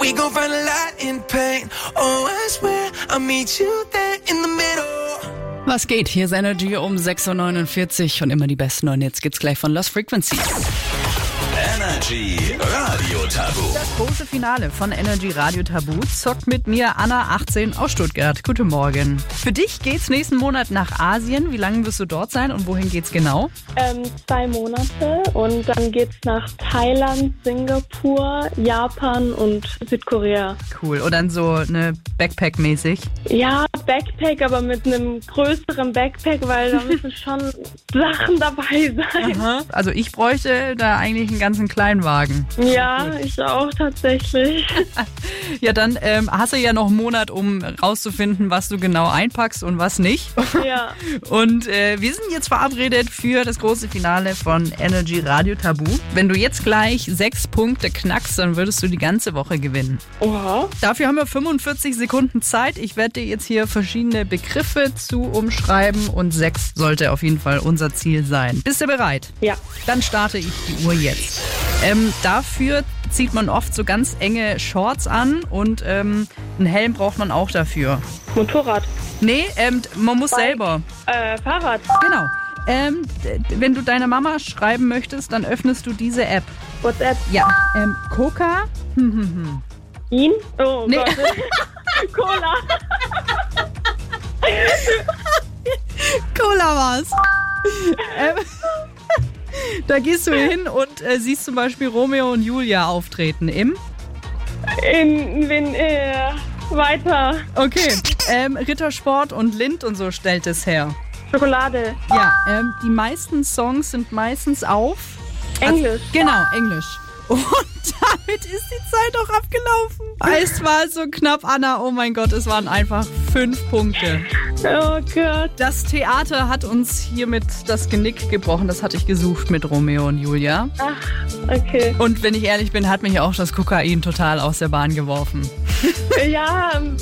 We gon' find a lot in pain. Oh, I swear I'll meet you there in the middle. Was geht? Hier ist Energy um 6.49 Uhr und immer die besten. Und jetzt geht's gleich von Lost Frequencies. Energy Radio Tabu. Das große Finale von Energy Radio Tabu zockt mit mir Anna 18 aus Stuttgart. Guten Morgen. Für dich geht's nächsten Monat nach Asien. Wie lange wirst du dort sein und wohin geht's genau? Ähm, zwei Monate und dann geht's nach Thailand, Singapur, Japan und Südkorea. Cool. Und dann so ne Backpack-mäßig. Ja, Backpack, aber mit einem größeren Backpack, weil da müssen schon Sachen dabei sein. Also ich bräuchte da eigentlich einen ganzen Kleinwagen. Ja, ich auch tatsächlich. Ja, dann ähm, hast du ja noch einen Monat, um rauszufinden, was du genau einpackst und was nicht. Ja. Und äh, wir sind jetzt verabredet für das große Finale von Energy Radio Tabu. Wenn du jetzt gleich sechs Punkte knackst, dann würdest du die ganze Woche gewinnen. Oha. Dafür haben wir 45 Sekunden Zeit. Ich werde dir jetzt hier verschiedene Begriffe zu umschreiben und sechs sollte auf jeden Fall unser Ziel sein. Bist du bereit? Ja. Dann starte ich die Uhr jetzt. Ähm, dafür zieht man oft so ganz enge Shorts an und ähm, einen Helm braucht man auch dafür. Motorrad. Nee, ähm, man muss selber. Äh, Fahrrad. Genau. Ähm, d- wenn du deiner Mama schreiben möchtest, dann öffnest du diese App. WhatsApp. Ja. Ähm, Coca, Ihn? Oh Nee. Gott. Cola. Cola war's. ähm, da gehst du hin und äh, siehst zum Beispiel Romeo und Julia auftreten im. In, wenn, äh, weiter. Okay. Ähm, Rittersport und Lind und so stellt es her. Schokolade. Ja. Ähm, die meisten Songs sind meistens auf. Englisch. Genau, Englisch. Und damit ist die Zeit auch abgelaufen. Es war so knapp, Anna. Oh mein Gott, es waren einfach fünf Punkte. Oh Gott. Das Theater hat uns hiermit das Genick gebrochen. Das hatte ich gesucht mit Romeo und Julia. Okay. Und wenn ich ehrlich bin, hat mich auch das Kokain total aus der Bahn geworfen. Ja, ähm,